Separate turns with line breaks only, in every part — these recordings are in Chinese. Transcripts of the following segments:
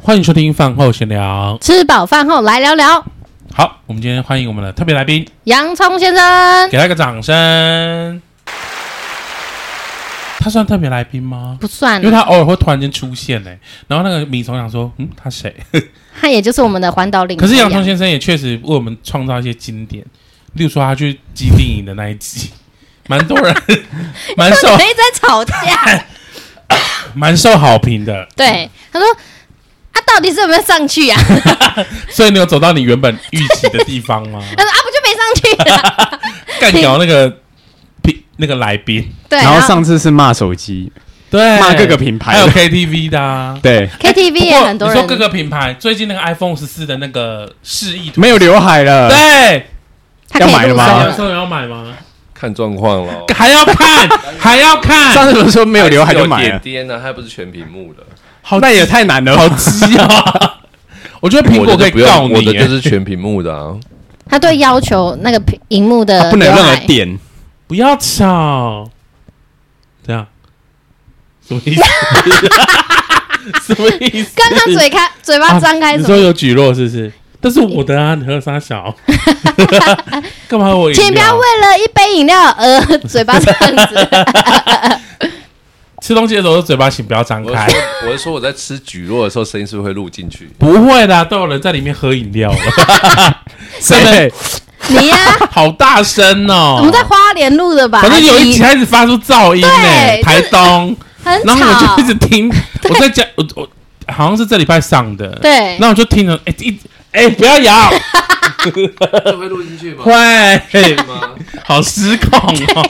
欢迎收听饭后闲聊。
吃饱饭后来聊聊
好，我们今天欢迎我们的特别来宾，
洋葱先生，
给他一个掌声。他算特别来宾吗？
不算
因为，他偶尔会突然间出现呢、然后那个米虫想说，嗯，他谁？
他也就是我们的环岛领头
可
羊。
是洋葱先生也确实为我们创造一些经典，例如说他去基地营的那一 集，蛮多 人蛮受
他们一直在 吵架。
蛮受好评的，
对，他说啊，到底是有没有上去啊？
所以你有走到你原本预期的地方 吗？
他说啊，不就没上去啊？
干掉那个屁那个来宾，
对，
然后上次是骂手机，
对，
骂各个品
还
牌
有
的，
KTV 的、啊。
对，
不
KTV
过
也很多
你说各
人，
个品牌，最近那个 iPhone 十四的那个示意图，
没有刘海了，
对，
他可以
要买了
入手
吗
你有
了。
说有要买吗？
看状况喽。
还要看，还要看，
上次不是说没有刘海就买
点
了，
点呢、啊，它又不是全屏幕的。
好
那也太难了
好
吧，
急啊！ 我觉得苹
我
果
的
可以
就不用
告你，
我的就是全屏幕的啊。
他对要求那个屏荧幕的
不能有
刘
任何
海
点，
不要吵，这样 什么意思？ 什么意 思？
刚刚嘴 开嘴巴张
啊
开
你
什
说
么？
有举弱是不是？但是我的啊，你喝啥小？ 干嘛喝我饮料？
请不要为了一杯饮料而 嘴巴这样子。
吃东西的时候嘴巴请不要张
我
开
是，说，我是说我在吃蒟蒻的时候，声音是不是会录 进去？
不会的，啊都有人在里面喝饮料了，真的
对，
你呀，
好大声哦！
我们在花莲录的吧？
反正有一集
你
开始发出噪音呢，
对
台东，
很
然后我就一直
吵，
听，我在家，我我好像是这礼拜上的，
对
那，我就听着，哎、一哎、不要 摇，
这会录进去吗？
会，
吗？
好失控 哦，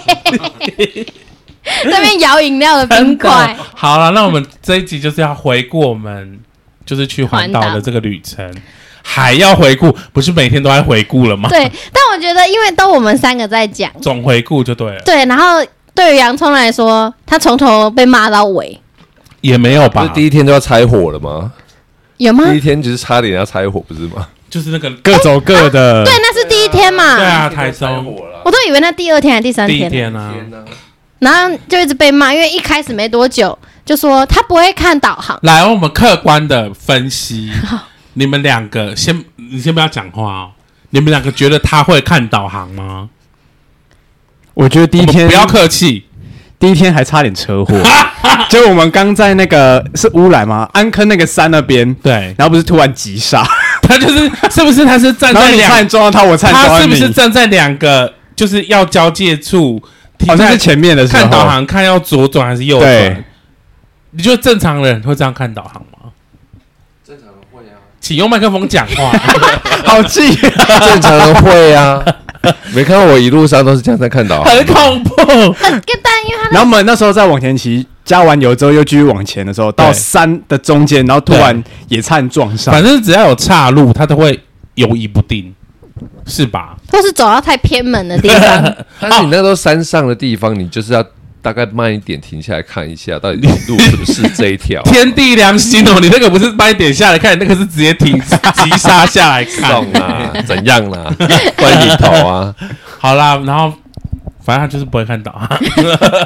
那边摇饮料的冰
真的
块。。
好了，那我们这一集就是要回顾我们就是去环岛的这个旅程，还要回顾，不是每天都在回顾了吗？，
对，但我觉得因为都我们三个在讲，
总回顾就对了，
对，然后对于洋葱来说，他从头被骂到尾，
也没有
不
吧
是，第一天就要拆火了吗？
有吗？
第一天就是差点要拆火，不是吗？
就是那个
各走各的
啊对，，那是第一天嘛，
对啊台中
拆火了。
我都以为那第二天还是第三
第一
天，
天啊，
天哪！
然后就一直被骂，因为一开始没多久就说他不会看导航，
来，我们客观的分析，你们两个先，你先不要讲话哦。你们两个觉得他会看导航吗？
我觉得第一
我们
天
不要客气，
第一天还差点车 祸，就我们刚在那个是乌来吗？安坑那个山那边，
对
然后不是突然急刹，
他就是是不是他是站
然后
在
你差
两，
点撞到他，我差点撞
他
到
是不是
你，
站在两个就是要交界处？
好像
停在
哦是前面的时候，
看导航看要左转还是右
对
转？你觉得正常人会这样看导航吗？
正常会啊，
请用麦克风讲 话。
好气，哦
正常人会啊。 没看到我一路上都是这样在看啊 导航
很恐怖，
但因为他
然后我们那时候在往前骑，加完油之后又继续往前的时候，到
对
山的中间，然后突然也差点撞上
反。正只要有岔路，他都会犹疑不定，是吧？。
都是走到太偏门的地方，
但是你那都山上的地方，你就是要大概慢一点停下来看一下，到底路是不是这一条
天地良心哦，你那个不是掰点下来看，你那个是直接停急刹下来看
送。
啊
啦，啊怎样啦？关你头啊！
好啦，然后反正他就是不会 看导航。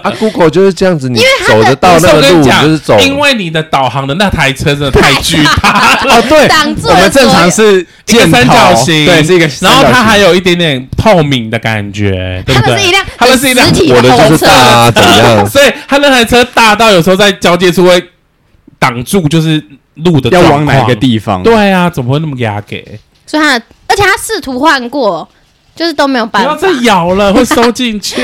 啊，Google 就是这样子，你
它
走
的
得到那
我
个
跟
路，
你
你
讲
就是走。
因为你的导航的那台车真的太巨 大，
哦，对，
挡住了
我们正常是
一个
箭头
三角形，
对，是一个三角形。
然后它还有一点点透明的感觉，对
他
不
们是一
对？
辆
他们是一辆
实体
我的就
红
是
车
大，啊，怎样？
所以它那台车大到有时候在交界处会挡住，就是路的
要
状
往哪
况
个？地方？，
对啊，怎么会那么压给？
所以他的而且他试图换过，就是都没有
不
办
要
法
再，咬了，会收进去。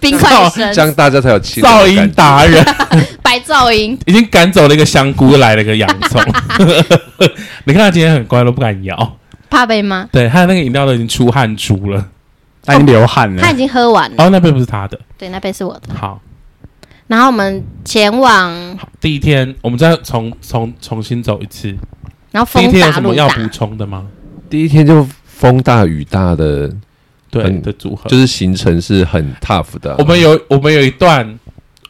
冰块声
这样大家才有气。
噪音达人。
白噪音，
已经赶走了一个香菇，来了一个洋葱。 你看他今天很乖，都不敢摇。
怕被骂，
对，他的那个饮料都已经出汗珠了。
他已经流汗
他
了
已。经喝完了，
哦，那边不是他的。
对，那杯是我的。
好，
然后我们前往，
第一天我们再重重重新走一次。
然后
第一
风
天有
打
什么
路
要
打，
补充的吗？
第一天就风大雨大的，
对
嗯
的组合，
就是行程是很 tough 的啊。
我们有我们有一段，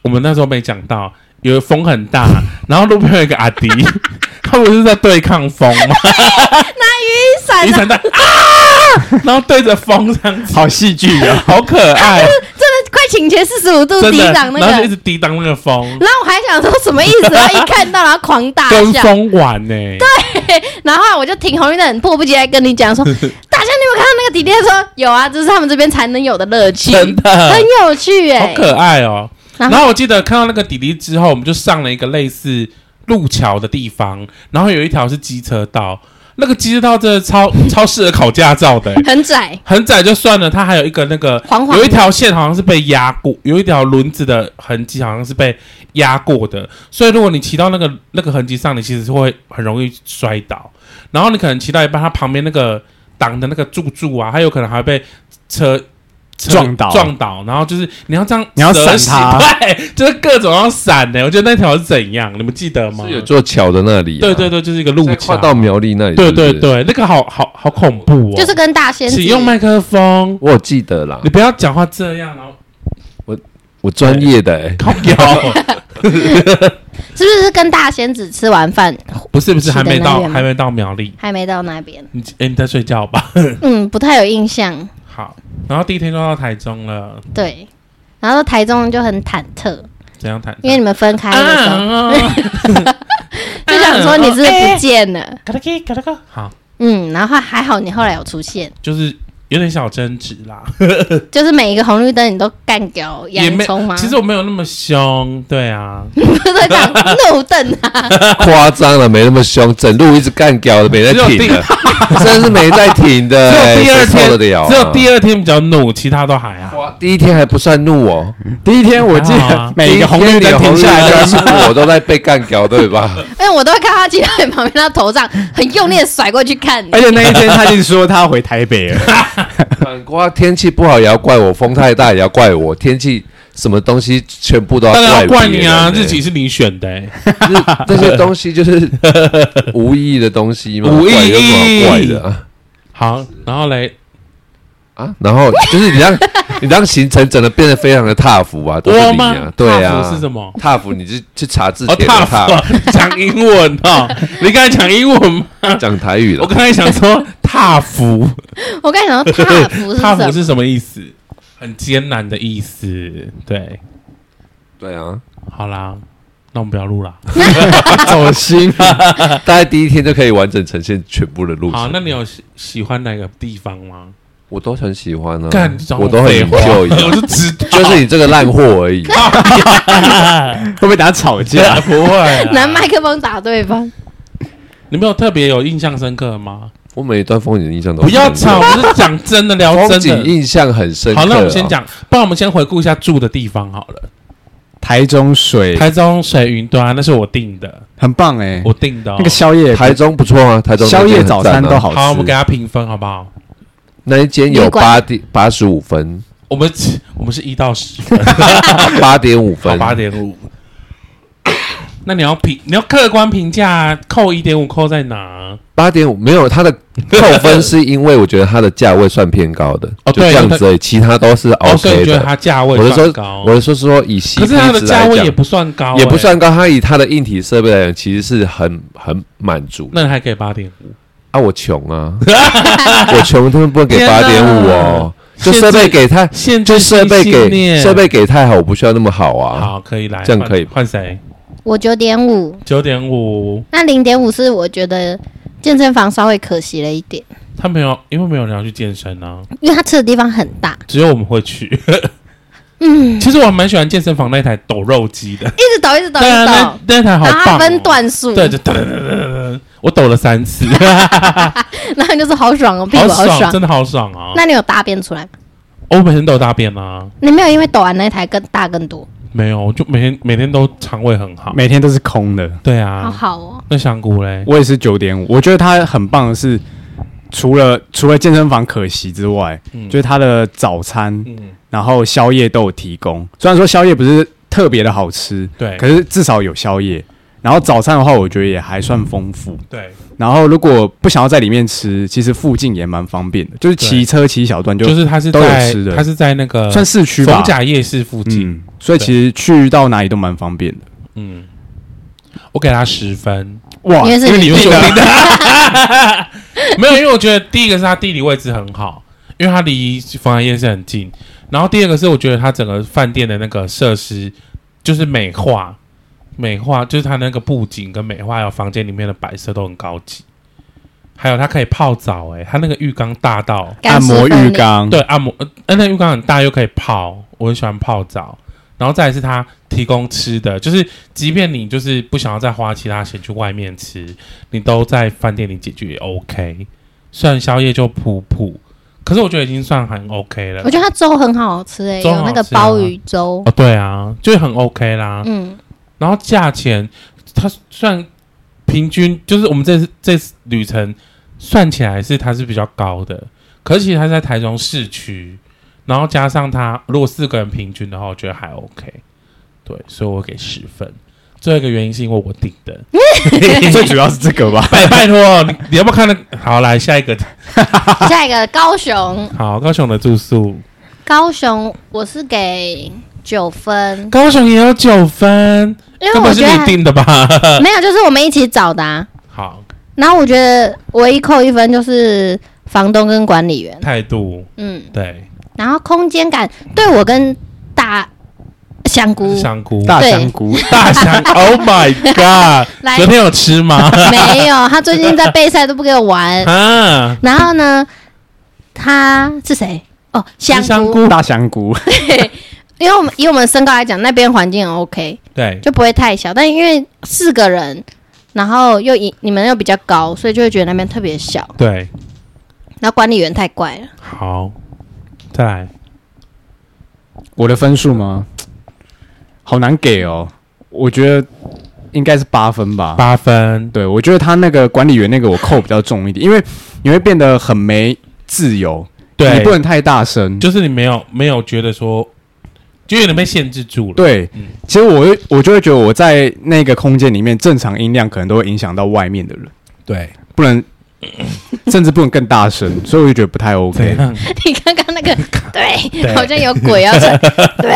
我们那时候没讲到，有风很大， 然后路边有一个阿迪， 他不是在对抗风吗？
那 雨
一
伞
闪
呢？
大 啊，然后对着风这样子，
好戏剧啊！
好可爱。
真的快骑倾斜四十五度
真
抵
的，
挡那
然后就一
个。
直抵挡那个风，
然后我还想说什么意思？然啊后一看到，然后狂大
跟
笑。
风玩呢、
然后后来我就挺红绿灯，很迫不及待跟 你讲说，大家你有没有看到那个底店？说有啊，这是他们这边才能有的乐趣，
真的
很有趣哎、
好可爱哦。
然
然
后
后我记得看到那个弟弟之后，我们就上了一个类似路桥的地方，然后有一条是机车道，那个机车道真的超超适合考驾照的、欸
很窄，
很窄就算了，它还有一个那个
黄黄的
有一条线好像是被压过，有一条轮子的痕迹好像是被压过的，所以如果你骑到那个那个痕迹上，你其实是会很容易摔倒。然后你可能骑到一半，它旁边那个挡的那个柱柱啊，它有可能还会被车车
撞倒
撞倒。然后就是你要这样，
你要闪它，
对， 就是各种要闪欸的、我觉得那条是怎样，你们记得吗？
是有座桥的那里、啊，
对对对，就是一个路
在
桥
跨，到苗栗那里，
对
是不
对
是，
对，那个好好好恐怖哦，
就是跟大仙子
请用麦克风。
我有记得啦
你，不要讲话这样， 然后
我专业的、欸，
靠腰，
是不是跟大仙子吃完饭
不是不是，还没
是的那
到
边吗
还没到苗栗，
还没到 那边？
你诶你在睡觉吧？
嗯，不太有印象。
好，然后第一天就到台中了，
对，然后台中就很忐忑，
怎样台中？
因为你们分开的时候，
啊，
就想说你是不是不见了。
嘎哒叽嘎哒嘎好，
嗯，然后还好你后来有出现，
就是有点小争执啦，
就是每一个红绿灯你都干掉
也
洋
没
葱吗？，
其实我没有那么凶，对啊，
就在这样怒瞪啊，
夸张了，没那么凶，整路一直干掉的，没在
只有
停
第
的，真是没在停的、
只
欸，
有第二
谁受
天
得了、啊，
只有第二天比较怒，其他都还好。
哇，第一天还不算怒哦，
第一天我记
还好 啊
得每一个红绿灯停下来
第
就要
一天你红绿灯是我都在被干掉，对吧？
哎，我都会看到他骑到你旁边，他头上很用力的甩过去看你
哎
而。且那一天他就说他要回台北 了，
反瓜天气不好也要怪我，风太大也要怪我，天气什么东西全部都要
当然
怪
要怪你啊，
自
日期
己
是你选的、欸，
这些东西就是无意义的东西嘛，
无意义
怪有什么好怪的啊。
好，然后嘞，
啊，然后 就是你让你让行程整的变得非常的踏浮啊，都是
我
你
吗
啊，？对
踏
啊
服，是什么？
踏浮，你就去查字
哦，
典
踏
的
服
踏，
啊讲英文哦，你刚才讲英文吗？
讲台 语
我
了，
刚才想 说踏服，
我刚 才想到踏服是
踏服
什么？
是什么意思？很艰难的意思。对，
对啊，
好啦，那我们不要录啦。
走心。啊
大概第一天就可以完整呈现全部的路
好，
程。
那你有喜喜欢哪个地方吗？
我都很喜欢啊
干，你讲
嗯我都很
废话
enjoy，
我就知 道，
就是你这个烂货而已。
会不会等下吵架？
不会啦
拿麦克风打对方，
你没有特别有印象深刻吗？
我每一段风景的印象都
不要
很
吵，
深
我
刻，
是讲真的，聊
风
真
景
的。
印象很深刻啊。
好，那我们先讲，不然我们先回顾一下住的地方好了。
台中水
台中水云端，啊那是我定的，
很棒哎，
我定的哦、
那个宵夜
台中不错啊，台中
宵
那
夜
间很
早餐
赞啊
都好吃。
好，我们给他评分好不好？
那一间有
旅馆
八点八十 五分，
我们我们是一到十分，
八点五
好
分，
八点五。 那你要评，你要客观评价啊，扣一点五，扣在哪？
八点五没有，它的扣分是因为我觉得它的价位算偏高的，
哦
就
对
这样子而已，其他都是
哦，所以
OK
你觉得
的。
它价位
我是
算
说
高，，
我是说是说以 CP
可是它的
值
价
来
位
讲
也不算高、
也不
欸，
算高，它以它的硬体设备来讲，其实是很很满足。
那你还给八点五，
啊，我穷 啊，我穷，他们不会给
天
八
哪
点五哦，就
限
设备
制
给太，
限
就
制
设备
性信
给
念
设备给太好，我不需要那么好啊。
好，可以来，
这样
换
可以吧
换谁？
我九点五，
九点五，
那零点五是我觉得健身房稍微可惜了一点，
他没有，因为没有人要去健身啊，
因为它吃的地方很大，
只有我们会去。
嗯，
其实我蛮喜欢健身房那台抖肉机的，
一直抖，一直抖，一
对啊，
直抖，
那那台好
然
棒、
后它
哦，
分段数，
对，就噔噔噔噔噔，我抖了三 次，
然后就是好爽哦，屁
好
股好
爽，真的好爽啊！
那你有大便出来吗？
我每天都有大便啊，
你没有因为抖完那一台更大更多，
没有，我就每天每天都肠胃很好。
每天都是空的。
对
好
啊，
好哦。
那香菇嘞，
我也是九点五，我觉得它很棒的是，除了除了健身房可惜之外，
嗯
就是它的早餐，
嗯，
然后宵夜都有提供。虽然说宵夜不是特别的好吃，
对
可是至少有宵夜。然后早餐的话，我觉得也还算丰富。
对，
然后如果不想要在里面吃，其实附近也蛮方便的，就是骑车骑小段就
就是它是
都有
在
吃的
它是在那个
算市区吧
逢。甲夜市附近，
嗯，所以其实去到哪里都蛮方便的。
嗯，我给他十分，
哇
因为是
因为你
你
又
定
说
的
没有，因为我觉得第一个是它地理位置很好，因为它离逢甲夜市很近。然后第二个是我觉得它整个饭店的那个设施就是美化，美化就是它那个布景跟美化，还有房间里面的摆设都很高级。还有它可以泡澡、欸，哎，它那个浴缸大到
按摩浴，缸，
对，按摩，呃，呃那浴缸很大又可以泡，我很喜欢泡澡。然后再来是它提供吃的，就是即便你就是不想要再花其他钱去外面吃，你都在饭店里解决也 OK。虽然宵夜就普普，可是我觉得已经算很 OK 了
我。觉得它粥很好吃诶、
粥很
有那个
好吃啊
鲍鱼粥，
哦，对啊，就很 OK 啦。
嗯，
然后价钱，它算平均，就是我们这次这次旅程算起来是它是比较高的，可是其实它是在台中市区，然后加上它如果四个人平均的话，我觉得还 OK，对，所以我给十分。最后一个原因是因为我订的，
最主要是这个吧。
拜拜托，你你要不要看那？好，来下一个，
下一个高雄，
好，高雄的住宿，
高雄我是给九分，
高雄也有九分，
因
根
为哎我
本是
觉
你
得
订的吧？
没有，就是我们一起找的、啊。
好，
然后我觉得唯一扣一分就是房东跟管理员，
态度
嗯，
对，
然后空间感对我跟大香菇
香菇
大香菇，
大香，Oh my god！
来
昨天有吃吗？
没有，他最近在备赛都不给我玩。
啊，
然后呢，他是谁？哦，香
吃香
菇，
大香菇，
因为我们以我们身高来讲，那边环境很 OK，
对，
就不会太小。但因为四个人，然后又以你们又比较高，所以就会觉得那边特别小。
对，
然后管理员太怪 了，
好，再来，
我的分数吗？好难给哦，我觉得应该是八分吧。
八分，
对，我觉得他那个管理员那个我扣比较重一点，因为你会变得很没自由，
对
你不，能太大声。
就是你没有没有觉得说，就有点被限制住了，，
对，
嗯
其实我会我就会觉得我在那个空间里面，正常音量可能都会影响到外面的人，
对，
不能，甚至不能更大声，所以我就觉得不太 OK
怎。样？
你刚刚那个对，
对
好像有鬼要出来对，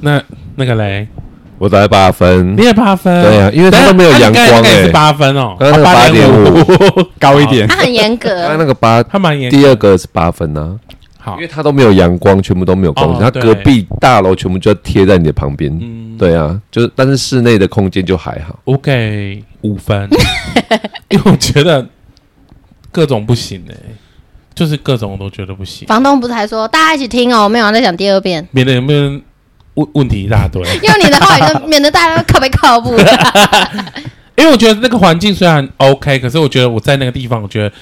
那那个嘞，
我打八分
你，也八分，
对啊因为他都没有
等一下
阳
那你刚才
光
那个也是
欸
八分哦，
刚刚那个八点五，
5
高一点
他，很严
刚刚
格。
那个八，
他蛮严格，
第二个是八分啊，
好
因为，它都没有阳光，全部都没有光
哦
线，它
对
隔壁大楼全部就贴在你的旁边，
嗯，
对啊，就是但是室内的空间就还好，
我给五 分，因为我觉得各种不行哎、就是各种我都觉得不行。
房东不是还说大家一起听哦，没有要再讲第二遍，
别人有没有问问题一大堆？
用你的话语就免得大家都靠背靠步。
因为我觉得那个环境虽然 OK，可是我觉得我在那个地方，我觉得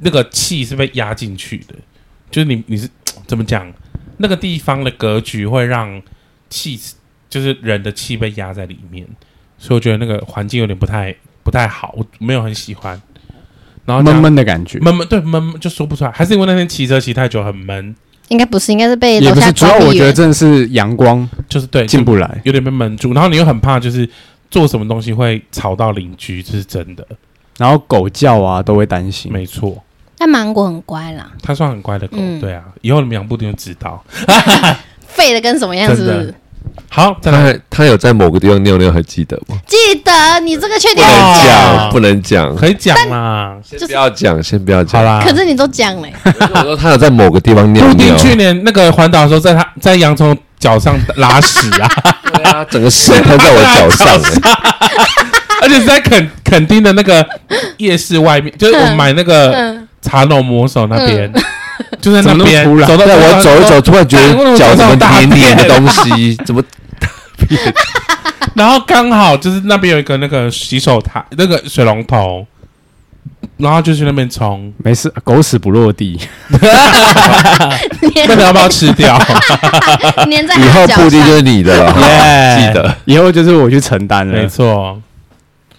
那个气是被压进去的。就是你你是怎么讲？那个地方的格局会让气，就是人的气被压在里面，所以我觉得那个环境有点不太不太好，我没有很喜欢。然后加
闷闷的感觉，
闷闷，对闷闷就说不出来，还是因为那天骑车骑太久很闷，
应该不是，应该是被
也
楼
不
下
是，主
管
要我
理
觉得
员。
真的是阳光
就是对
进
就
不来。
有点被闷住，然后你又很怕就是做什么东西会吵到邻居，这是真的，
然后狗叫啊都会担
嗯
心。
没错。
但芒果很乖啦，
它算很乖的狗，
嗯
对啊，以后你们养布丁就知道。
废的跟什么样？是不
真
是
的？好，再
它
来，
还它有在某个地方尿尿，还记得吗？
记得你这个确定哦
不
要
能
不能
讲，
讲，不能讲，
可以讲啦，
先不要讲，先不要
好
讲。
啦。
可是你都讲 了，
我说他有在某个地方尿
布
尿
丁，去年那个环岛的时候，在他在洋葱脚上拉屎 啊，
对啊，整个屎喷在我脚上欸，
而且是在垦垦丁的那 个夜市外面，就是我
嗯
买那个
嗯，
茶农魔手那边，就在
怎
那
么那么
边
突然
走到
对我走一走，，突然觉得脚怎么黏黏的东西，怎么
然后刚好就是那边有一个那个洗手台，那个水龙头，然后就去那边 冲。
没事，狗屎不落地。
那个要不要吃掉？
粘在
以
他
后
的脚
布丁就
上。
是你的了，
耶
记得。
以后就是我去承担
没
了。
错。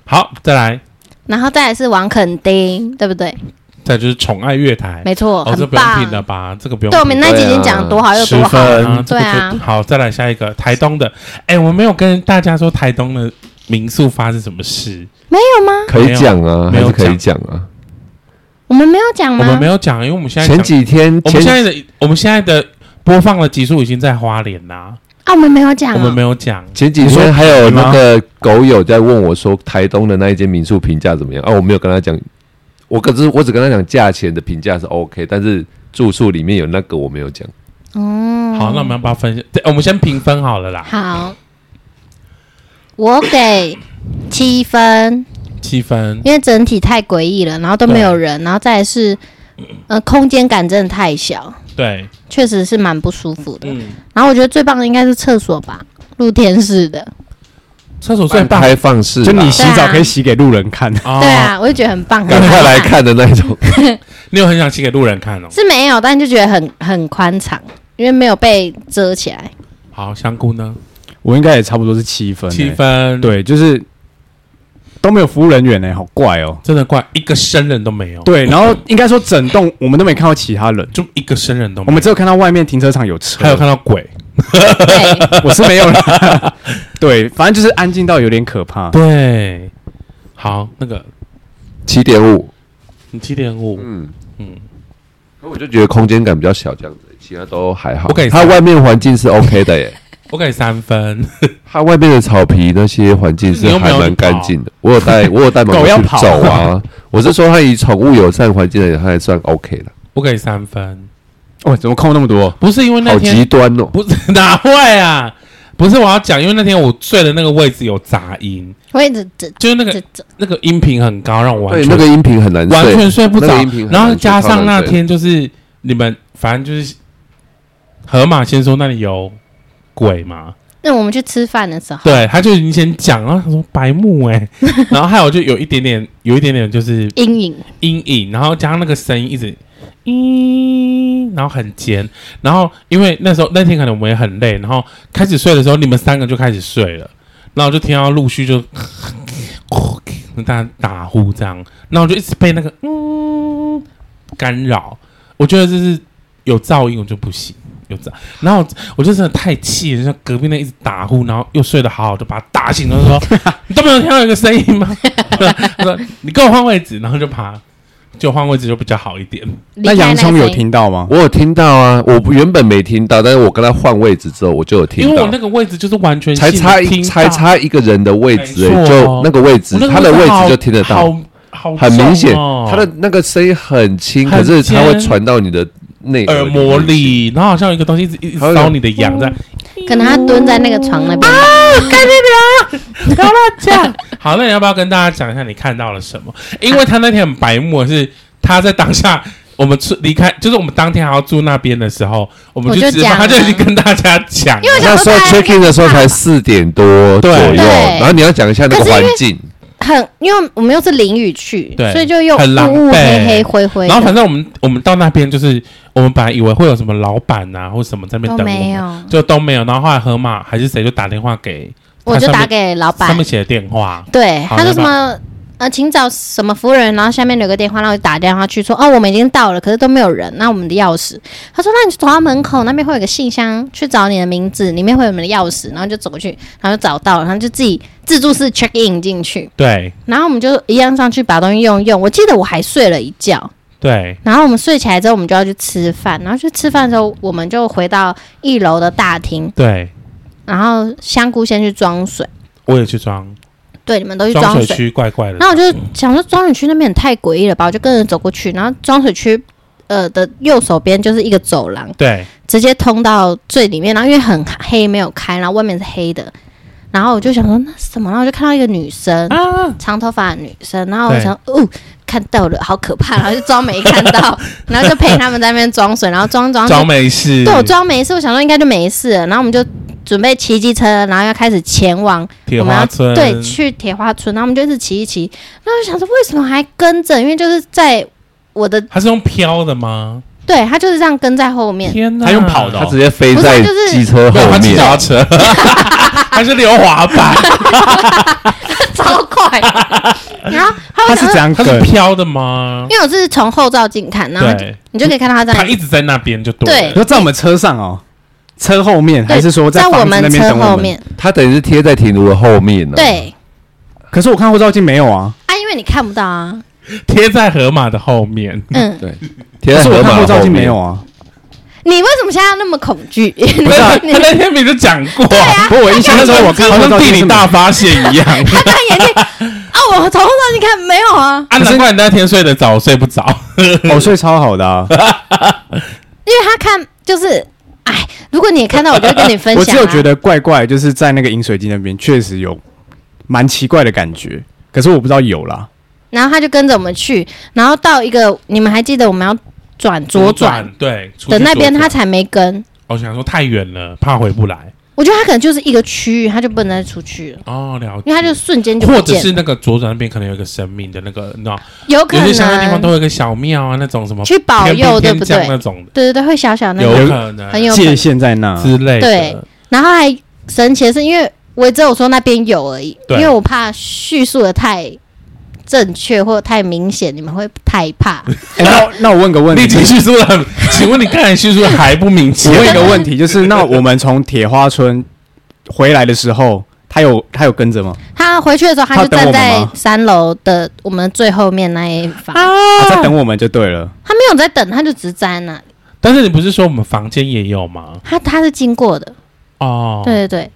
好，再来，
然后再来是王肯丁，对不对？
再就是宠爱月台。
没错，
哦，这
很
不用
棒
拼。了吧？这个不用
对，
拼。
我们那集已经讲得多好又
十
多好，
分，这
对
个
啊
就好，再来下一个台东的。哎，我没有跟大家说台东的民宿发生什么事，
没有吗？
可以讲啊，
没
还
有
是可以讲啊。
我们没有讲
我
吗？
们没有讲，因为我们现在
前
讲
几天，
我们现
前
在的我们现在的播放的集数已经在花莲啦，
啊，我们没有讲
我们
哦。
没有讲。
前几天还有那个狗友在问我说，台东的那一间民宿评价怎么样？啊，我没有跟他讲，我可是我只跟他讲价钱的评价是 OK，但是住宿里面有那个我没有讲，
嗯，
好，那我们要不要分享？对，我们先评分好了啦，
好，我给七分，
七分。
因为整体太诡异了，然后都没有人，然后再来是，呃，空间感真的太小，
对，
确实是蛮不舒服的。
嗯，
然后我觉得最棒的应该是厕所吧，露天式的，
厕所最
半
棒
开放式啦，
就你洗
对
澡
啊
可以洗给路人看，
哦
对，啊，我就觉得很 棒，
赶
很
快
好
来看的那种，
你有很想洗给路人看哦。
是没有，但就觉得很很宽敞，因为没有被遮起来。
好，香菇呢？
我应该也差不多是七分、
七
欸。
分，，
对，就是都没有服务人员呢、好怪哦、
真的怪一个生人都没有，，
对，然后应该说整栋我们都没看到其他人，
就一个生人都
我
没有，
们只有看到外面停车场有车，
还有看到鬼，
对，
我是没有啦。 对，反正就是安静到有点可怕。
对，好，那个
七点五，
你七点五，
嗯
嗯
嗯，可我就觉得空间感比较小，这样子，其他都还好。
我给
它
三
外面环境是 OK 的耶，
我给三分，
它外面的草皮那些环境是
你又没
还
有
蛮干净的。我有 带我有带毛
狗要
去
跑
走啊，我是说它以宠物友善环境来讲，它还算 OK 了。
我给三分，
哦，怎么空那么多？
不是因为那
好极
天
端哦，
不是 哪会啊？不是我要讲，因为那天我睡的那个位置有杂音，
我一直这
就是那个
这这，
那个音频很高，让我完
对，
全
那个音频很难
完
睡，
全睡不着
那个音频。很
然后
难睡
加上
超难
那
睡
天就是你们，反正就是河马先说那里有鬼嘛，
那我们去吃饭的时候，
对，他就已经先讲了，然后他说白目 哎、然后还有就有一点点，有一点点就是
阴影
阴影，然后加上那个声音一直。咦，然后很尖，然后因为那时候那天可能我们也很累，然后开始睡的时候，你们三个就开始睡了，然后就听到陆续就 大家打呼这样，然后我就一直被那个嗯干扰，我觉得这是有噪音我就不行，有噪，然后我就真的太气了，像隔壁那一直打呼，然后又睡得好好的，把他打醒，然后说 你都没有听到有个声音吗？ 他说你跟我换位置，然后就爬，就换位置就比较好一点。
离
那
开
洋
个
葱有
声音哦
听到吗？
我有听到啊，我不原本没听到，但是我跟他换位置之后，我就有
因
听
为
到
我那。个位置就是完全
才
性
差一
听到
才，差一个人的位置
没
而
错
已，就那个位置
我，那个
他的位置
好
就听得到，
好好
很明显
重哦，
他的那个声音很轻，
很
可是它会
尖
传到你的内
耳膜，里，然后好像有一个东西一直一直
还有
烧你的
嗯
痒在。
可能他蹲在那个床那边，
嗯 不要乱讲。 好，那你要不要跟大家讲一下你看到了什么？因为他那天很白目，是他在当下我们出离开，就是我们当天还要住那边的时候，我们
我
去
就
吃饭，
讲
他就已经
了
跟大家讲了，
因为我想
那时候
说大家
check in 的时候才四点多左
对
右，
对
然后你要讲一下那个
可是因
环
为
境，
很，因为我们又是淋雨去，
对
所以就又
很狼
雾雾黑
狈
黑灰灰的，
然后反正我们我们到那边就是，我们本来以为会有什么老板啊或什么在那边
都
等我
没
们，
有，
就都没有。然后后来河马还是谁就打电话给
我就
上面
打给老
上
板
面，写的电话，
对，
好
他
那
说什么呃，请找什么服务人，然后下面留个电话，然后我就打电话去说哦，我们已经到了，可是都没有人，那我们的钥匙，他说那你就走到门口那边会有个信箱，去找你的名字，里面会有你们的钥匙，然后就走过去，然后就找到了，然后就自己自助式 check in 进去，
对
然后我们就一样上去把东西用一用，我记得我还睡了一觉，
对，
然后我们睡起来之后，我们就要去吃饭。然后去吃饭的时候，我们就回到一楼的大厅，
对，
然后香菇先去装水。
我也去装
对，你们都去
装
装
水
水。
区，怪怪的。
那我就想说，装水区那边也太诡异了吧？我就跟着走过去，然后装水区呃的右手边就是一个走廊，
对
直接通到最里面。然后因为很黑，没有开，然后外面是黑的。然后我就想说那是什么，然后我就看到一个女生，
啊，
长头发的女生，然后我想，哦，看到了，好可怕，然后就装没看到，然后就陪他们在那边装水，然后装装
装没事，
对我装没事，我想说应该就没事了，然后我们就准备骑机车，然后要开始前往
铁
我们要
花村，
对去铁花村，然后我们就一直骑一骑，然后我想说为什么还跟着？因为就是在我的
他是用飘的吗？
对他就是这样跟在后面，
天哪，
他用跑的
它
哦
直接飞
不是
在
就是
机车
没有
后
他骑
面
脚，踏 车，还是溜滑 板？
超快， 然后他
他
会
是
想
怎
说，
样
他是
跟？
飘的吗？
因为我是从后照镜看，然后他就
对，
你就可以看到他这
他
样
一直在那边就
对
对
你
了，
说在我们车上哦，车后面还是说
在
房
我
子那
们
边
车
等我
后
们？嗯
面，
它等于是贴在停炉的后面啊呢。，
对。
可是我看后照镜没有啊，
啊，因为你看不到啊，
贴在河马的后面。
嗯，
贴
可
在
是我
河
看
马
后照
后
镜
面
没有。啊。
你为什么现在那么恐 惧？
不是 啊，
你啊
他那天明就讲过，啊
不，我印象那时候我看
好
后
像
照
地
镜
理
是
大
大，
发现一样啊！
他戴眼镜 啊，我从后照镜看没有啊，
难怪你那天睡得
哦
早，睡不着。
我睡超好的啊。
因为他看就是哎，如果你也看到，我就会跟你分享、啊。
我只有觉得怪怪，就是在那个饮水机那边确实有蛮奇怪的感觉，可是我不知道有啦。
然后他就跟着我们去，然后到一个你们还记得我们要转左转
对嗯出去
的那边，
左转哦
他才没跟。
我想说太远了，怕回不来
我觉得他可能就是一个区域，他就不能再出去了，
哦，了解。
因为他就瞬间就
或
不
者
见了，
是那个左转那边可能有一个神明的那个，你知道，
有可
有些乡下地方
能啊
都有一个小庙啊，那种什么
去保
天兵
佑，对
天
不
将
对？
那种的，
对对对，会小小那
有
个，
可能啊
很有可
界
能。
限在那，
之类的。
对然后还神奇的是，因为我也只有说那边有而已，
对
因为我怕叙述的太正确或太明显，你们会太 怕。
哎、那那我问个问
你
题
已，经叙述了很，请问你刚才叙述的还不明
我
显？
问一个问题，就是那我们从铁花村回来的时候，他有他有跟 着吗？
他回去的时候，他就
他等
站
我们吗
在三楼的我们最后面那一房，
啊
他啊在等我们就对了。
他没有在等，他就只站那里。
但是你不是说我们房间也有吗？
他他是经过的，
哦，
对对对。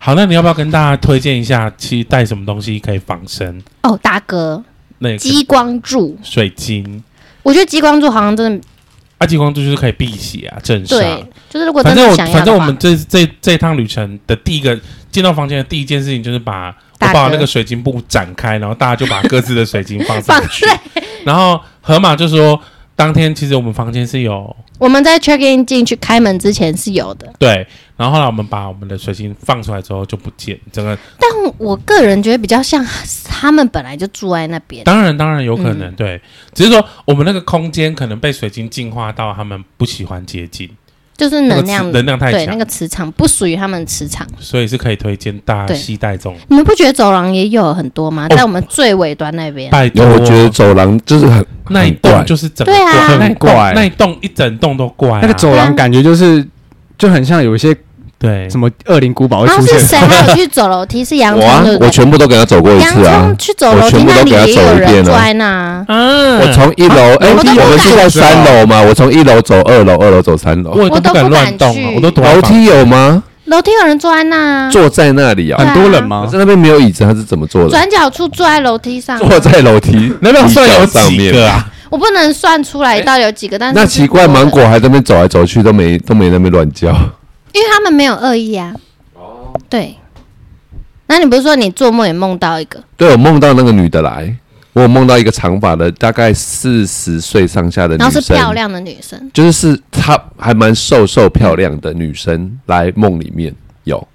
好，那你要不要跟大家推荐一下，其实带什么东西可以防身？
哦，大哥，
那个
激光柱，
水晶，
我觉得激光柱好像真的
啊，激光柱就是可以避邪啊，镇煞
对。，就是如果真
反正
的
我
想要
反正我
的话
们，这这这趟旅程的第一个进到房间的第一件事情就是把我
大
把
哥
那个水晶布展开，然后大家就把各自的水晶放上
放
去
在。
然后河马就说，当天其实我们房间是有
我们在 check in 进去开门之前是有的，
对，然后后来我们把我们的水晶放出来之后就不见，整个
但我个人觉得比较像他们本来就住在那边，
当然当然有可
嗯
能、对，只是说我们那个空间可能被水晶净化到他们不喜欢接近，
就是
那个
能
磁
量
能量太
对
强，
那个磁场不属于他们的磁场。
所以是可以推荐大家
对
携带这种。
你们不觉得走廊也有很多吗？
哦
在我们最尾端那边，
拜
因
托，
为我觉得走廊就是很
那一
很怪
栋就是整个
对啊
那一栋
很怪
那一栋一整栋都怪啊、
那个走廊感觉就是就很像有一些
对
什么恶灵古堡会
然后
出
是谁啊
现。
还有去走楼梯？是洋
我啊
葱对，不对？
我全部都给他走过一
洋
次啊
葱。去走楼梯
我全部
那
都
里
给他
也有
走一
人
遍了
坐在那啊，
啊
我从一楼，哎，
我都不
我们
敢
是在三楼嘛，我从一楼走二楼，二楼走三楼。
我
我
都
都
不
不
敢
敢
乱动啊，
去
我都躲在
楼
房
梯有吗？
楼梯有人坐在那啊，
坐在那里啊
对，
很多人吗
可？是那边没有椅子，他是怎么坐的？
转角处坐在楼梯上啊，
坐在楼梯，
那边算有几个啊？
我不能算出来到底有几个，但是
那
是
奇怪，
多的
芒果还在那边走来走去，都没都没那边乱 叫。
因为他们没有恶意啊。
哦
对。那你不是说你做梦也梦到一个？
对我梦到那个女的来，我有梦到一个长发的，大概四十岁上下的女
然
生，
后是漂，亮的女生，
就是是她还蛮瘦瘦漂亮的女生来梦里面有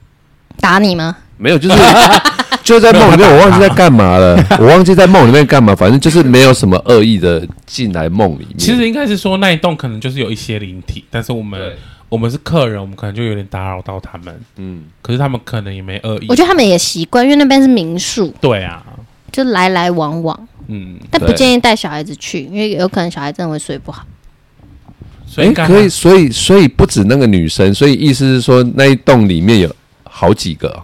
打你吗？
没有？就是 就在梦里面，我忘记在干嘛了，我忘记在梦里面干嘛，反正就是没有什么恶意的进来梦里面。
其实应该是说那一栋可能就是有一些灵体，但是我们我们是客人，我们可能就有点打扰到他们，
嗯，
可是他们可能也没恶意
我。觉得他们也习惯，因为那边是民宿，
对啊，
就来来往往。
嗯，
但不
对
建议带小孩子去，因为有可能小孩真的会睡不好。
所
哎，
以刚
可
刚
以，所以所以不止那个女生，所以意思是说那一栋里面有好几个哦，嗯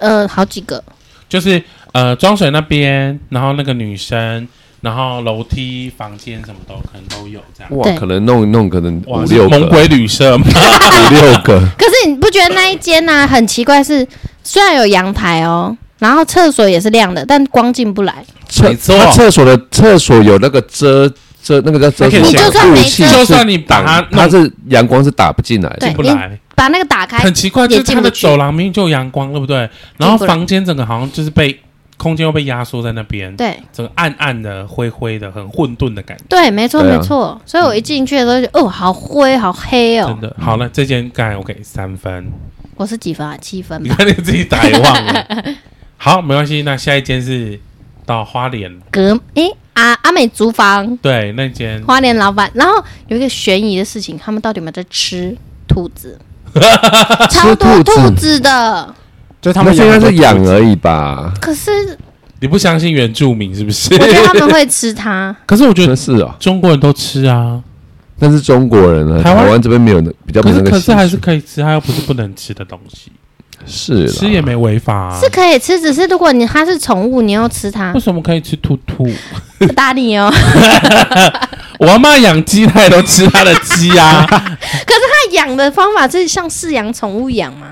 呃，好几个，
就是呃，装水那边，然后那个女生，然后楼梯、房间什么都可能都有这样。
哇，
对
可能弄一弄可能
哇
五六
是
个，
猛鬼旅社吗？
五六个。
可是你不觉得那一间呢、很奇怪是？虽然有阳台哦，然后厕所也是亮的，但光进不来。
厕
没错
它厕所的厕所有那个遮遮那个叫遮
它可以
什么
你就
算没
雾气
遮
是
就算你把它
挡，
弄
它是阳光是打不进来
对
的。
不来，
把那个打开，
很奇怪，就是
也进
它
哎不
的
去
走廊明明就有阳光，对不对？然后
进不来
房间整个好像就是被空间又被压缩在那边，
对
整个暗暗的、灰灰的、很混沌的感觉。
对，没错、
对啊
没错。所以我一进去的时候就，哦，好灰，好黑哦嗯
真。的，好
嗯
了，这间刚才我给三分，
我是几分啊？七分
你
吧。
看你自己打也忘了。 好，没关系，那下一间是到花莲，
隔诶，阿阿美厨房，
对，那间
花莲老板。然后有一个悬疑的事情，他们到底有没有在吃兔子？超多
吃兔
兔
子
子的，
就是他
那
们
现在
养
是
很多
养
兔子
而已吧？
可是
你不相信原住民是不是
我？觉得他们会吃它。
可是我觉
真
得
是哦，
中国人都吃啊，
那是中国人啊，
台
台
湾
湾这边没有那比较
可
没有
是
那个
可
习
是
俗
还是可以吃，它又不是不能吃的东西，
是啦
吃也没违法啊
是。可以吃，只是如果你它是宠物，你要吃它
为，什么可以吃兔兔？
不打你哦。
我阿妈养鸡，她也都吃她的鸡啊。
那养的方法是像饲养宠物养吗？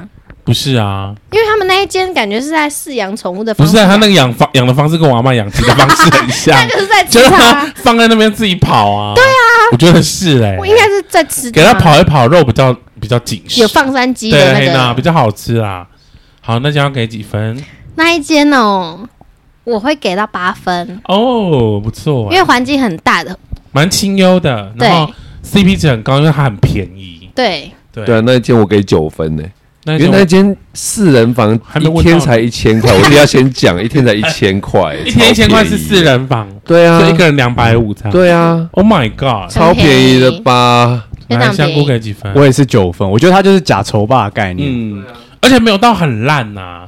不是啊，
因为他们那一间感觉是在饲养宠物的
不
方
是
式
啊，
养，
他那个养
哦
方 养的方式跟我阿妈养鸡的方式很像，
就是在
就
吃
是
它
他。放在那边自己跑啊。对啊，我觉得是哎、
我应该是在吃
给
它
它跑一跑，肉比较比较紧实，
有放山鸡
对
的那
黑娜
个
比较好吃啦。好，那将要给几分？
那一间哦，我会给到八分，
哦，不错
因
欸，
为环境很大的，
蛮清幽的，
对
然后 CP 值很高，因为它很便宜。
对，
对，
对啊，那一间我给九分呢、
那
因为那一间四人房
还没
一
问到
天
呢
才一千块，我一定要先讲，一 天才一千块，
一天一千块
超
是
便宜
四，人房，
对啊
所以，一个人两百五才。
对啊，
，Oh my God！
超便宜的吧？
非
来
常
香
便
菇
宜。
给几分？
我也是九分，我觉得它就是假筹霸的概念，
嗯，
啊
而且没有到很烂呐，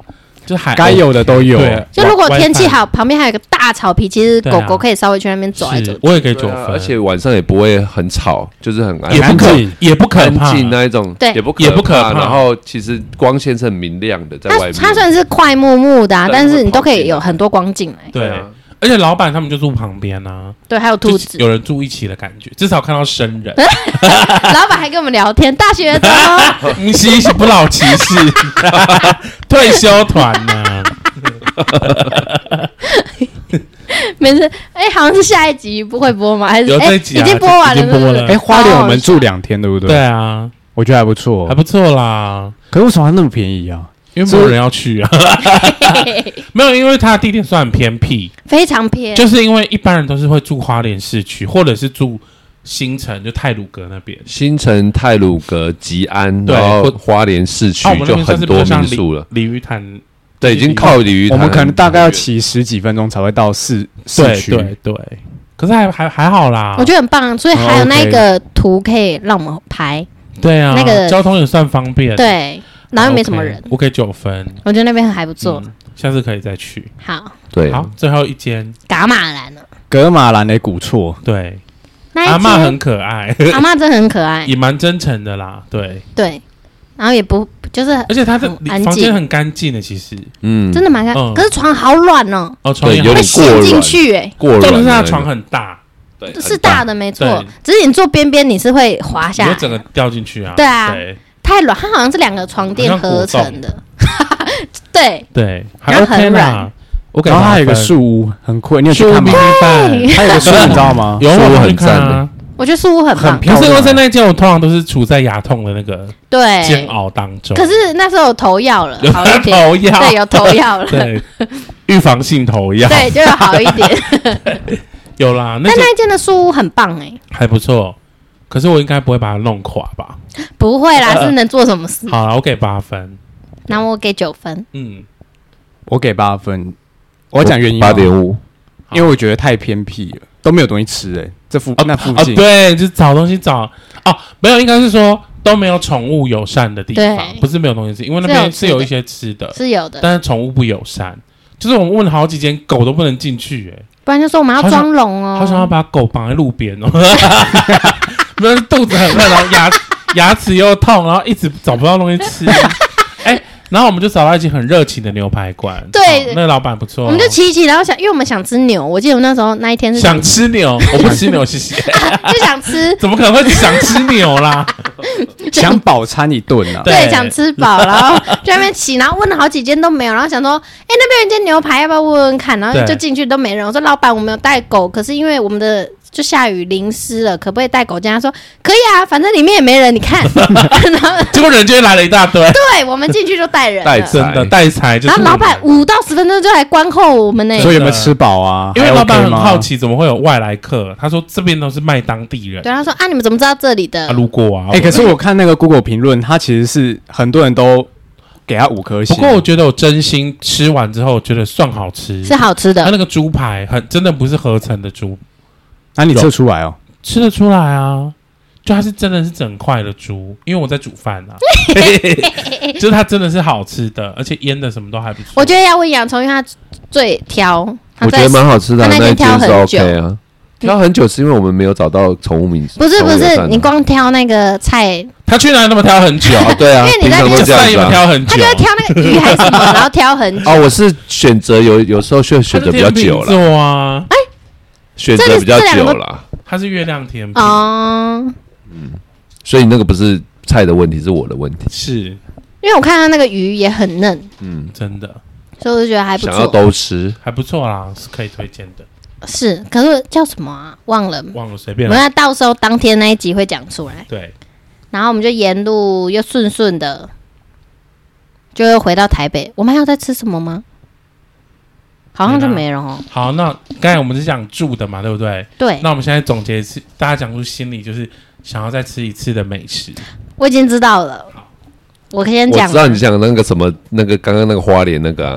就还哦
该有的都有。哎
对
就如果天气
WiFi
好，旁边还有个大草皮，其实
对
狗
啊
狗可以稍微去那边走来走
是
去。
我也给九
对
分
啊，而且晚上也不会很吵，就是很安
也不可
安静
也不可
安
怕，
静啊那一种，
对
也不
也不可怕
然后其实光线是很明亮的，在
它
外面。
它虽然是快木木的啊，
对
但是你
会跑
都可以
进
有
来
很多光进来。
对
啊，
而且老板他们就住旁边啊，
对，还有兔子
就。有人住一起的感觉，至少看到生人。
老板还跟我们聊天，大学生 哦
你是一是不老骑士， 退休团呐、
没事。哎，好像是下一集不会播吗？还是
有
哎
这
已
一集啊
经播完了？
已经播了
是不是哦
哎，花莲我们住两天，对不对？
对，啊，
我觉得还不
哦
错
还。不错啦，
可是为什么它那么便宜啊？
因为没有人要去啊。 没有，因为它的地点算很偏僻，
非常偏，
就是因为一般人都是会住花莲市区，或者是住新城，就泰鲁阁那边。
新城、泰鲁阁、吉安，
对
然后
或
花莲市区
啊，我们那
就
边算
很
是比
多
较像
民
鲤
宿了，
鲤鱼潭，
对，已经靠鲤鱼
我
潭很
们
远。
可能大概要骑十几分钟才会到市市
对
区。
对对。可是还还还好啦，
我觉得很棒。所以还
哦
有那个图可以让我们拍，
对啊，
那个
交通也算方便，，
对，然后又没什么人，，
我给九分，
我觉得那边还不错。
啊嗯下次可以再去。
好，
对，
好，最后一间，
嘎马兰了，
格马兰的古厝，
对，
那
阿
一
嬷
间
很可爱，
阿妈真的很可爱，
也蛮真诚的啦，对，
对，然后也不就是
而且他的
哦很安静
房间很干净的，其实
嗯，
真的蛮可爱
嗯，
可是床好软哦，
哦，床也
对有
会
点
很
过
陷
软
进去哎。
过
重
了。
点是他的床很大，
对
是大，的没错
对，
只是你坐边边你是会滑
你
下
就
来，
整个掉进去啊，
对啊
对
太软，它好像是两个床垫合成的。 对，
对，还
然后
OK
很
啦
软，
我给
然后它有一个
八分
树屋，很酷，你有去
树
看吗
迷？你饭，
它有 个树，你知道吗？
有
树
我
很
去看
赞
啊
的。
我觉得树屋很棒
很。
可
漂
是
亮
因为在那间，我通常都是处在牙痛的那个煎
对，
熬当中。
可是那时候有头药了，好一点。
头药，
对，有头 药了，
对，预防性头药，
对，就有好一点。
有啦， 那间
但那一间的树屋很棒哎，
还不错。可是我应该不会把它弄垮吧？
不会啦，是能做什么事？
呃好啦，我给八分。
那我给九分。
嗯，
我给八分，我讲
啊
原因
八
吗
点五，
因为我觉得太偏僻了，都没有东西吃哎、这附、那附
哦，
近、
对，就是找东西找哦，没有，应该是说都没有宠物友善的地方，
对
不是没有东西吃，因为那边是
是有吃的
有一些吃的，
是有
呃
的，
但是宠物不友善。就是我们问了好几间，狗都不能进去、欸，
不然就说我们要装聋哦。
好想要把狗绑在路边哦， 没有肚子很饿，然后牙牙齿 又痛，然后一直找不到东西吃。 哎、然后我们就找到一间很热情的牛排馆，
对
哦那个老板不错哦、
我们就骑骑，然后想，因为我们想吃牛，我记得我那时候那一天是
想吃牛，我不吃牛，谢谢。
就想吃，
怎么可能会想吃牛啦？
想饱餐一顿啊。
对
对，想吃饱，然后就在那边骑，然后问了好几间都没有，然后想说，哎、那边有一间牛排，要不要问问看？然后
对
就进去都没人。我说老板，我没有带狗，可是因为我们的就下雨淋湿了，可不可以带狗进来？他说可以啊，反正里面也没人，你看。然后
结果人就会来了一大堆。
对我们进去就带人
带
了
着，
真
哎
的带财就
然
是
后
你。
老板五到十分钟就来观候我们呢、
所以有没有吃饱啊？
因为
还
老板
OK
很
吗
好，奇怎么会有外来客，他说这边都是卖当地人，
对，他说啊，你们怎么知道这里的？
他路过啊。
哎、可是我看那个 Google 评论，它其实是很多人都给他五颗
不
星。
过我觉得我真心吃完之后觉得算好吃，
是好吃
他
的，
啊那个猪排很真的不是合成的猪，
那、你测出来哦，
吃得出来啊。就它是真的是整块的猪，因为我在煮饭 啊，就是它真的是好吃的，而且腌的什么都还不错。
我觉得要问洋葱，因为他最挑，他
我觉
在
得蛮好吃的啊，
他那
那
天
一间
挑
是
很
OK 啊。挑很久是因为我们没有找到宠物名，
不是不
宠物友善
是，
啊
你光挑那个菜
他去哪里那么挑很久，
哦，对 啊
因为，你
平
在
常
那
都
边
这
饭
样
也
子啊。
挑很久，
他就会挑那个鱼还是什么，然后挑很 久。
哦，我是选择有有时候选选择比较久了，
了啊，
选择比较
这两
久
个
了，
他是月亮甜品，
哦，
所以那个不是菜的问题，是我的问题。
是
因为我看他那个鱼也很嫩，
嗯，
真的
所以我就觉得还不
想要
错。
都吃，
还不错啦，是可以推荐的。
是，可是叫什么啊？忘了。
忘了随
我
便
们
了。
要到时候当天那一集会讲出来，
对，
然后我们就沿路又顺顺的，就又回到台北。我们还要再吃什么吗？好像就没了哦。
好，那刚才我们是讲住的嘛，对不对？
对，
那我们现在总结一次，大家讲出心里就是想要再吃一次的美食。
我已经知道了。我先
我
讲
知道
了
你。讲那个什么，那个刚刚那个花莲那个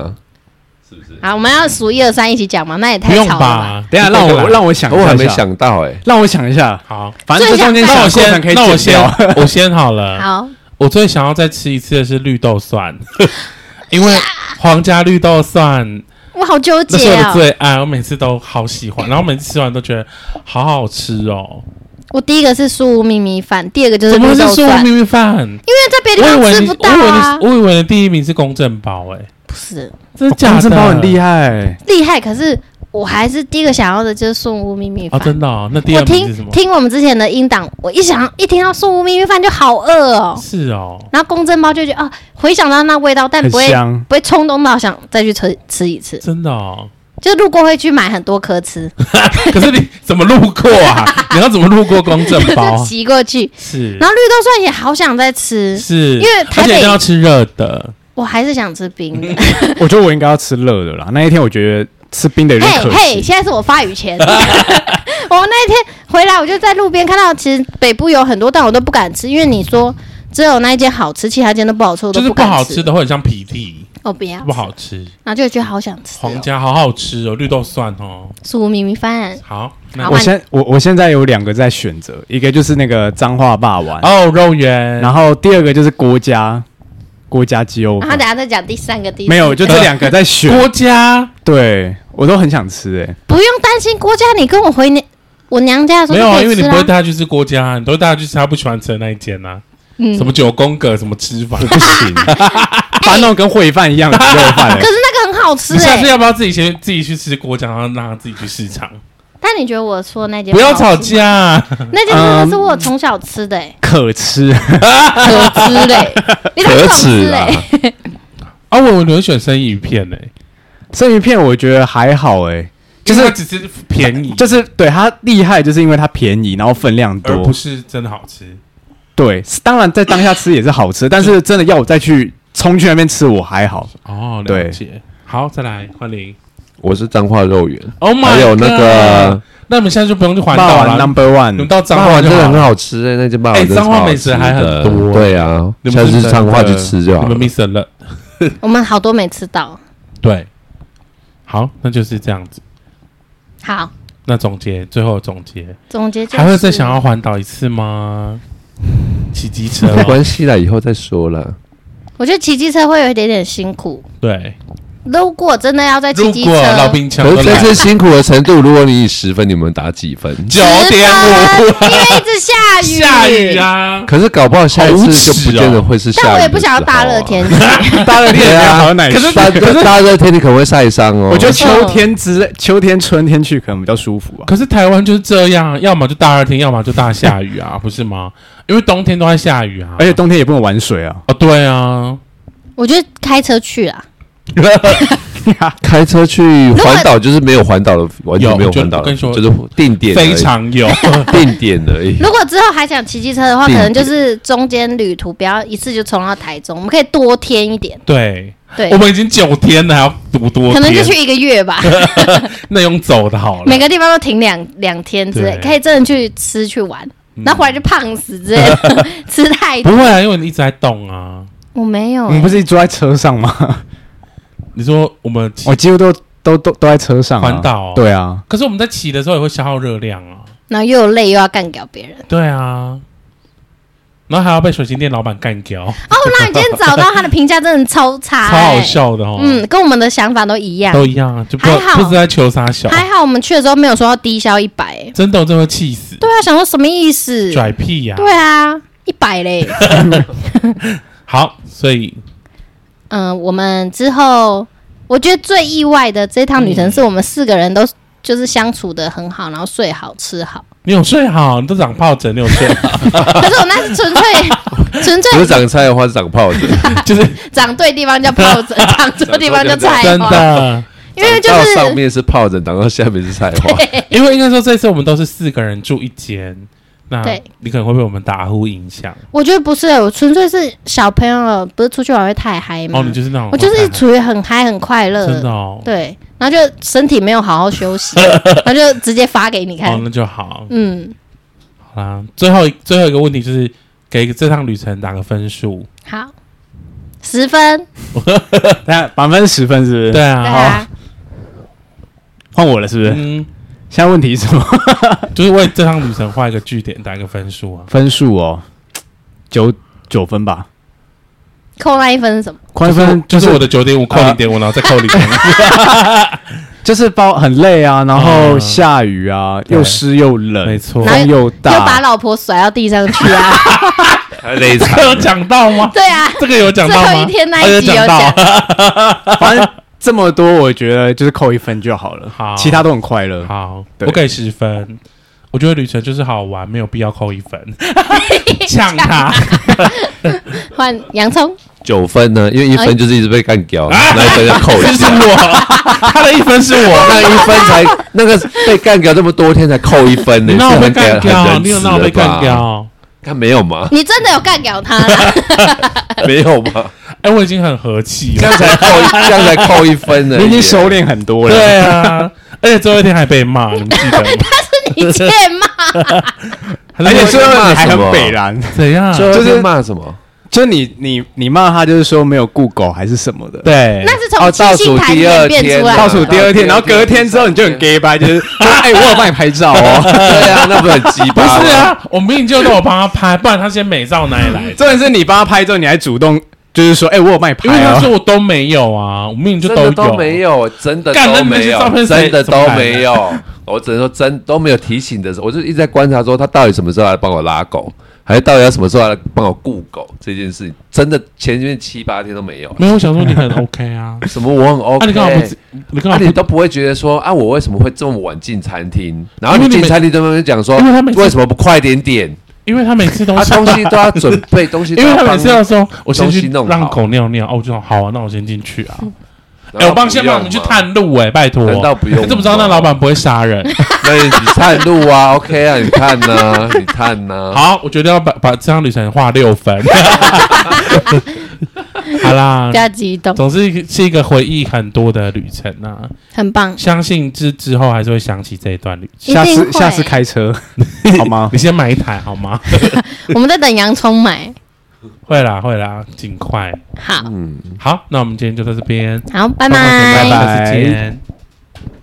啊，
好，我们要数一二三一起讲嘛，那也
不
太
用
吵了吧。
吧？
等一下让我让我想一下，
我还没，想到哎、
让我想一下，
好，
反正这中间
最想
那我
过程可以
先，哦那我
剪掉
先，我先好了。
好，
我最想要再吃一次的是绿豆 蒜，因为皇家绿豆蒜
我好纠
那是
结
我的
哦。
最爱，我每次都好喜欢，然后每次吃完都觉得好好吃哦。
我第一个是苏米米饭，第二个就是
怎么会
绿
是
豆
说
蒜，因
秘密饭？
为在别的
我以
地方
为
吃
你，
不
我
到
以为
啊
你，。我以为你第一名是公正包，哎，
不是
真的假
讲
的？
这包很厉害，
厉害，可是我还是第一个想要的就是素无秘密
哦，
饭。
真的哦。那第
我
二名是什
听
么？
听我们之前的音档，我一想一听到素无秘密饭就好饿哦。
是哦，
然后公正包就觉得哦，回想到那味道，但
很
不会
香。
不会冲动到想再去吃吃一次，
真的哦。
就路过会去买很多颗吃，
可是你怎么路过 啊？你要怎么路过公正包
就？骑过去。
是
然后绿豆蒜也好想再吃，
是，
因为
而
台
且一
北
定要吃热的。
我还是想吃冰 的。
我觉得我应该要吃热的啦。那一天我觉得吃冰的有点
嘿
可
嘿，
惜。
现在是我发 语权。我那一天回来，我就在路边看到，其实北部有很多，但我都不敢吃，因为你说只有那一间好吃，其他间都不好吃，我都
就是不
敢
好
吃
吃。的会很像鼻涕，
哦，不要
不，好吃。
然后就觉得好想吃、
皇
哦。
家好好吃哦，绿豆蒜哦。
苏米米饭，
好，
好
那
我
换
现我我现在有两个在选择，一个就是那个脏话霸王，
哦肉圆，
然后第二个就是郭家郭家鸡肉
然后啊他
饭
等。下再讲第三个第四
没有，就这两个 在选。
郭家
对我都很想吃哎、
不用担心郭家，你跟我回娘我娘家的时候
没有啊，因为你
不
不会
会
带他去吃郭家，你都会带他去吃他不喜欢吃的那一间呐，
嗯
什么九宫格，什么吃 法。
不行，把它弄跟烩饭一样的鸡肉饭、
啊 可
欸。
是那个很好吃
你下
哎、
次要不要自己先自己去吃郭家，然后让他自己去市
嗯
场？
但你觉得我说那间
不要
好
吵
吃
架啊，
吗，那间真的是我从小吃的哎、
可吃，
可吃嘞、 你怎么
可
不想
耻
吃
啦
哎、！
啊我我会选生鱼片呢，
生鱼片我觉得还好哎、
就是它只是便宜，
就是对它厉害，就是因为它便宜，然后分量
而不
多。
是真的好吃。
对，当然在当下吃也是好吃，但是真的要我再去冲去那边吃，我还好。
哦，了
对
解。好，再来换零。
我是彰化肉圆，
Oh my，
还有那
God
个，
那你们现在就不用去环
霸
岛了，
王 Number
你
One
们到彰
霸
化
王
就
真的
好
很
了。
好吃哎、那间霸王
哎
真的
彰化
超好
美食
吃的
还很多
对啊，
你
下
们
次
是
去彰化去吃就好
你们
了。
miss 了。
我们好多没吃到。
对，好，那就是这样子。
好，
那总结，最后总结，
总结就是
还会再想要环岛一次吗？骑机车
没
哦，
关系啦，以后再说啦。
我觉得骑机车会有一点点辛苦。
对。
如果真的要再骑
如
机
果
车，
老兵
可
强
是
都
这
来
次辛苦的程度，如果你以十分，你们打几分？
九
值得
点五，
因为一直下雨，
下雨啊！
可是搞不好下一次就不见得会是下雨、
但我也不想要大 热，天气，
大热天也没有好到哪里去。
大大热天你啊可能会晒伤哦。
我觉得
没错
秋天之类、秋天、春天去可能比较舒服吧。
可是台湾就是这样，啊要么就大热天，要么就大下雨 啊，不是吗？因为冬天都在下雨啊。
而且冬天也不能玩水啊。
哦，对啊，
我觉得开车去啊。
开车去环岛就是没有环岛的，完全没有环岛的，就是定点
非常 有。
定点 而已。
如果之后还想骑机车的话，可
定
能就是中间旅途不要一次就冲到台中，我们可以多天一点，
对，
对
我，们已经九天了，还要读多天，
可能就去一个月吧，
那用走的好了。
每个地方都停两两天之类，
对嗯
可以真的去吃去玩，然后回来就胖死之类 的，吃太
不
多。
会啊，因为你一直在动啊。
我没有
我们
欸，
不是一直坐在车 上吗？
你说我们骑
我几乎都都都都在车上、啊。
环岛哦
对啊，
可是我们在骑的时候也会消耗热量啊。
然后又累又要干掉 别人。
对啊，然后还要被水晶店老板干掉，
哦，那你今天找到他的评价真的超差、
超
欸，
好笑的哦。
嗯，跟我们的想法都一样。
都一样啊，就不知道
还好
不知道在求啥小，
还好我们去的时候没有说要低消一百、欸
真的我真的会气死，
对啊，想说什么意思？
拽屁呀。
对啊，一百嘞。
好，所以
嗯，我们之后我觉得最意外的这趟
嗯
旅程是我们四个人都就是相处的很好，然后睡好吃好。
你有睡好，你都长疱疹，你有 睡好，
可是我那是纯粹纯
不
粹
是长菜的话，是长泡子。
哎
就是
长对地方叫疱疹，长错地方叫菜
真
花。
的。
因为就
到
是
上面是泡着，然后下面是菜花。
因为应该说这次我们都是四个人住一间，那
对
你可能会被我们打呼影响。
我觉得不是，我纯粹是小朋友不是出去玩会太嗨吗？
哦，你就是那种，
嗯我就是处于很嗨很快乐，
真的哦，
对，然后就身体没有好好 休息，然后就直接发给你看
哦，，那就好，
嗯，
好啦。最后一最后一个问题就是给这趟旅程打个分数。
好，十分，
那满分十分是不是？
对，啊，
对啊，
换我了是不是？
嗯，
现在问题是什么？
就是为这趟旅程画一个句点，打一个分数啊。
分数哦，九九分吧，
扣那一分是什么？
宽分
就
就是是
我的九点五扣零点五，然后再扣零 点
啊
五。
就是包很累啊，然后
嗯
下雨啊，
对
又湿又
没
冷，
错，
哪
风又
又把
大，
老婆甩到地上去 啊？
累
这个有讲到 吗？
对啊，
这个有讲
最
到
后
吗
一？天那
哦
一集有
到，
讲，
反正这么多，我觉得就是扣一分就好了，
好
其他都很快乐。
好，
对
我给十分。我觉得旅程就是好玩，没有必要扣一分， 呛他。
换洋葱，
九分呢，因为
哎
一分就是一直被干掉，那一分要扣一
啊 就是
下。
我，他的一分是我。
那一分才那个被干掉这么多天才扣一分呢，
你
是
让我被
很
干
感
掉，
很
你
仁
有
慈
让我被
的
干
吧？
掉。
看没 有吗？
你真的有干掉他啦？
没有吗？
哎，我已经很和气
这
了。
样才扣 一，这样才扣一分呢。
你已经收敛很多了，
对啊，而且最后一天还被骂，你们记得吗？
你贱 骂，
而
而且最后哎你还
骂什么
很北蓝，
怎样？
最后
就
一
是
天骂什么？
就是你你你骂他就是说没有雇狗还是什么的，
对，
那是
哦
从
倒
七
数
星潭里
第
面
二
变
天
出来的，
倒数第二天，
对
然后隔天之后你就很 gay 掰，就是 就是哎，我有帮你拍照 哦。
对啊，那不是很鸡
不
巴？
是，啊？我明明就让我帮他拍，不然他先美照哪里来的？
重点是你帮他拍之后，你还主动就是说，哎，我有帮你
因
拍
为他
哦。
说我都没有啊，我明明就
真的
有，
都没有，真的
干那
都
你们
没
这照片
有，
谁
真的
怎么
都
办
没有。我只能说真都没有提醒的时候，我就一直在观察说他到底什么时候来帮我拉狗，还是到底要什么时候来帮我雇狗这件事情，真的前面七八天都没有。
没有。我想说你很 OK 啊，
什么我很 OK，、
那你干嘛不？你干
啊
嘛
你
不？
都不会觉得说啊，我为什么会这么晚进餐厅？然后
因为
你
你
进
每
餐厅都没有讲说
因为他每，次
为什么不快点点？
因为他每次都
他、
是
东西都要准备，东西都
因为
要
他
帮
每次要说，我先
东
去
西弄
让
好
狗尿尿，哦，我就说好啊，那我先进去啊。
然
哎，
后
我帮
不
先
用
帮我们去
嘛
探路，哎，拜托，
难道不用啊
你怎么知道那
吗
老板不会杀 人？
那你探路啊，OK 啊，你看呐、你啊看呐、
好，我决定要把把这趟旅程画六 分。好啦
不，要激动，
总之是一个回忆很多的旅程啊，
很棒。
相信之之后还是会想起这一段旅程。
一
下
定
次
会
下次开车好吗
你？先买一台好吗？
我们在等洋葱买，
会啦，会啦，尽快。
好，
嗯。
好，那我们今天就到这边，
好，拜
拜
拜
下次
拜
见。